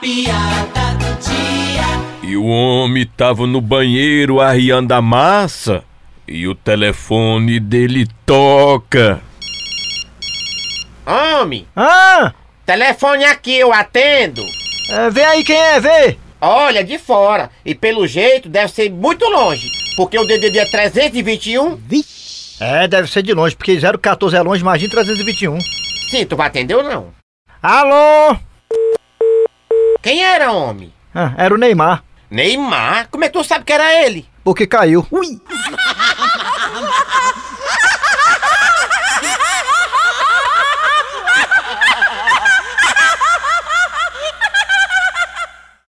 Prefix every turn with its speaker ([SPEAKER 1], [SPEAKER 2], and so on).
[SPEAKER 1] piada do dia.
[SPEAKER 2] E o homem tava no banheiro arriando a massa e o telefone dele toca.
[SPEAKER 3] Homem,
[SPEAKER 4] Ah,
[SPEAKER 3] telefone aqui, eu atendo.
[SPEAKER 4] é, vê aí quem é, vê.
[SPEAKER 3] Olha, de fora. E pelo jeito deve ser muito longe. Porque o DDD é 321.
[SPEAKER 4] É, deve ser de longe, porque 014 é longe, imagina 321.
[SPEAKER 3] Sim, tu vai atender ou não?
[SPEAKER 4] Alô?
[SPEAKER 3] Quem era, homem?
[SPEAKER 4] Ah, era o Neymar,
[SPEAKER 3] Neymar? Como é que tu sabe que era ele?
[SPEAKER 4] porque caiu.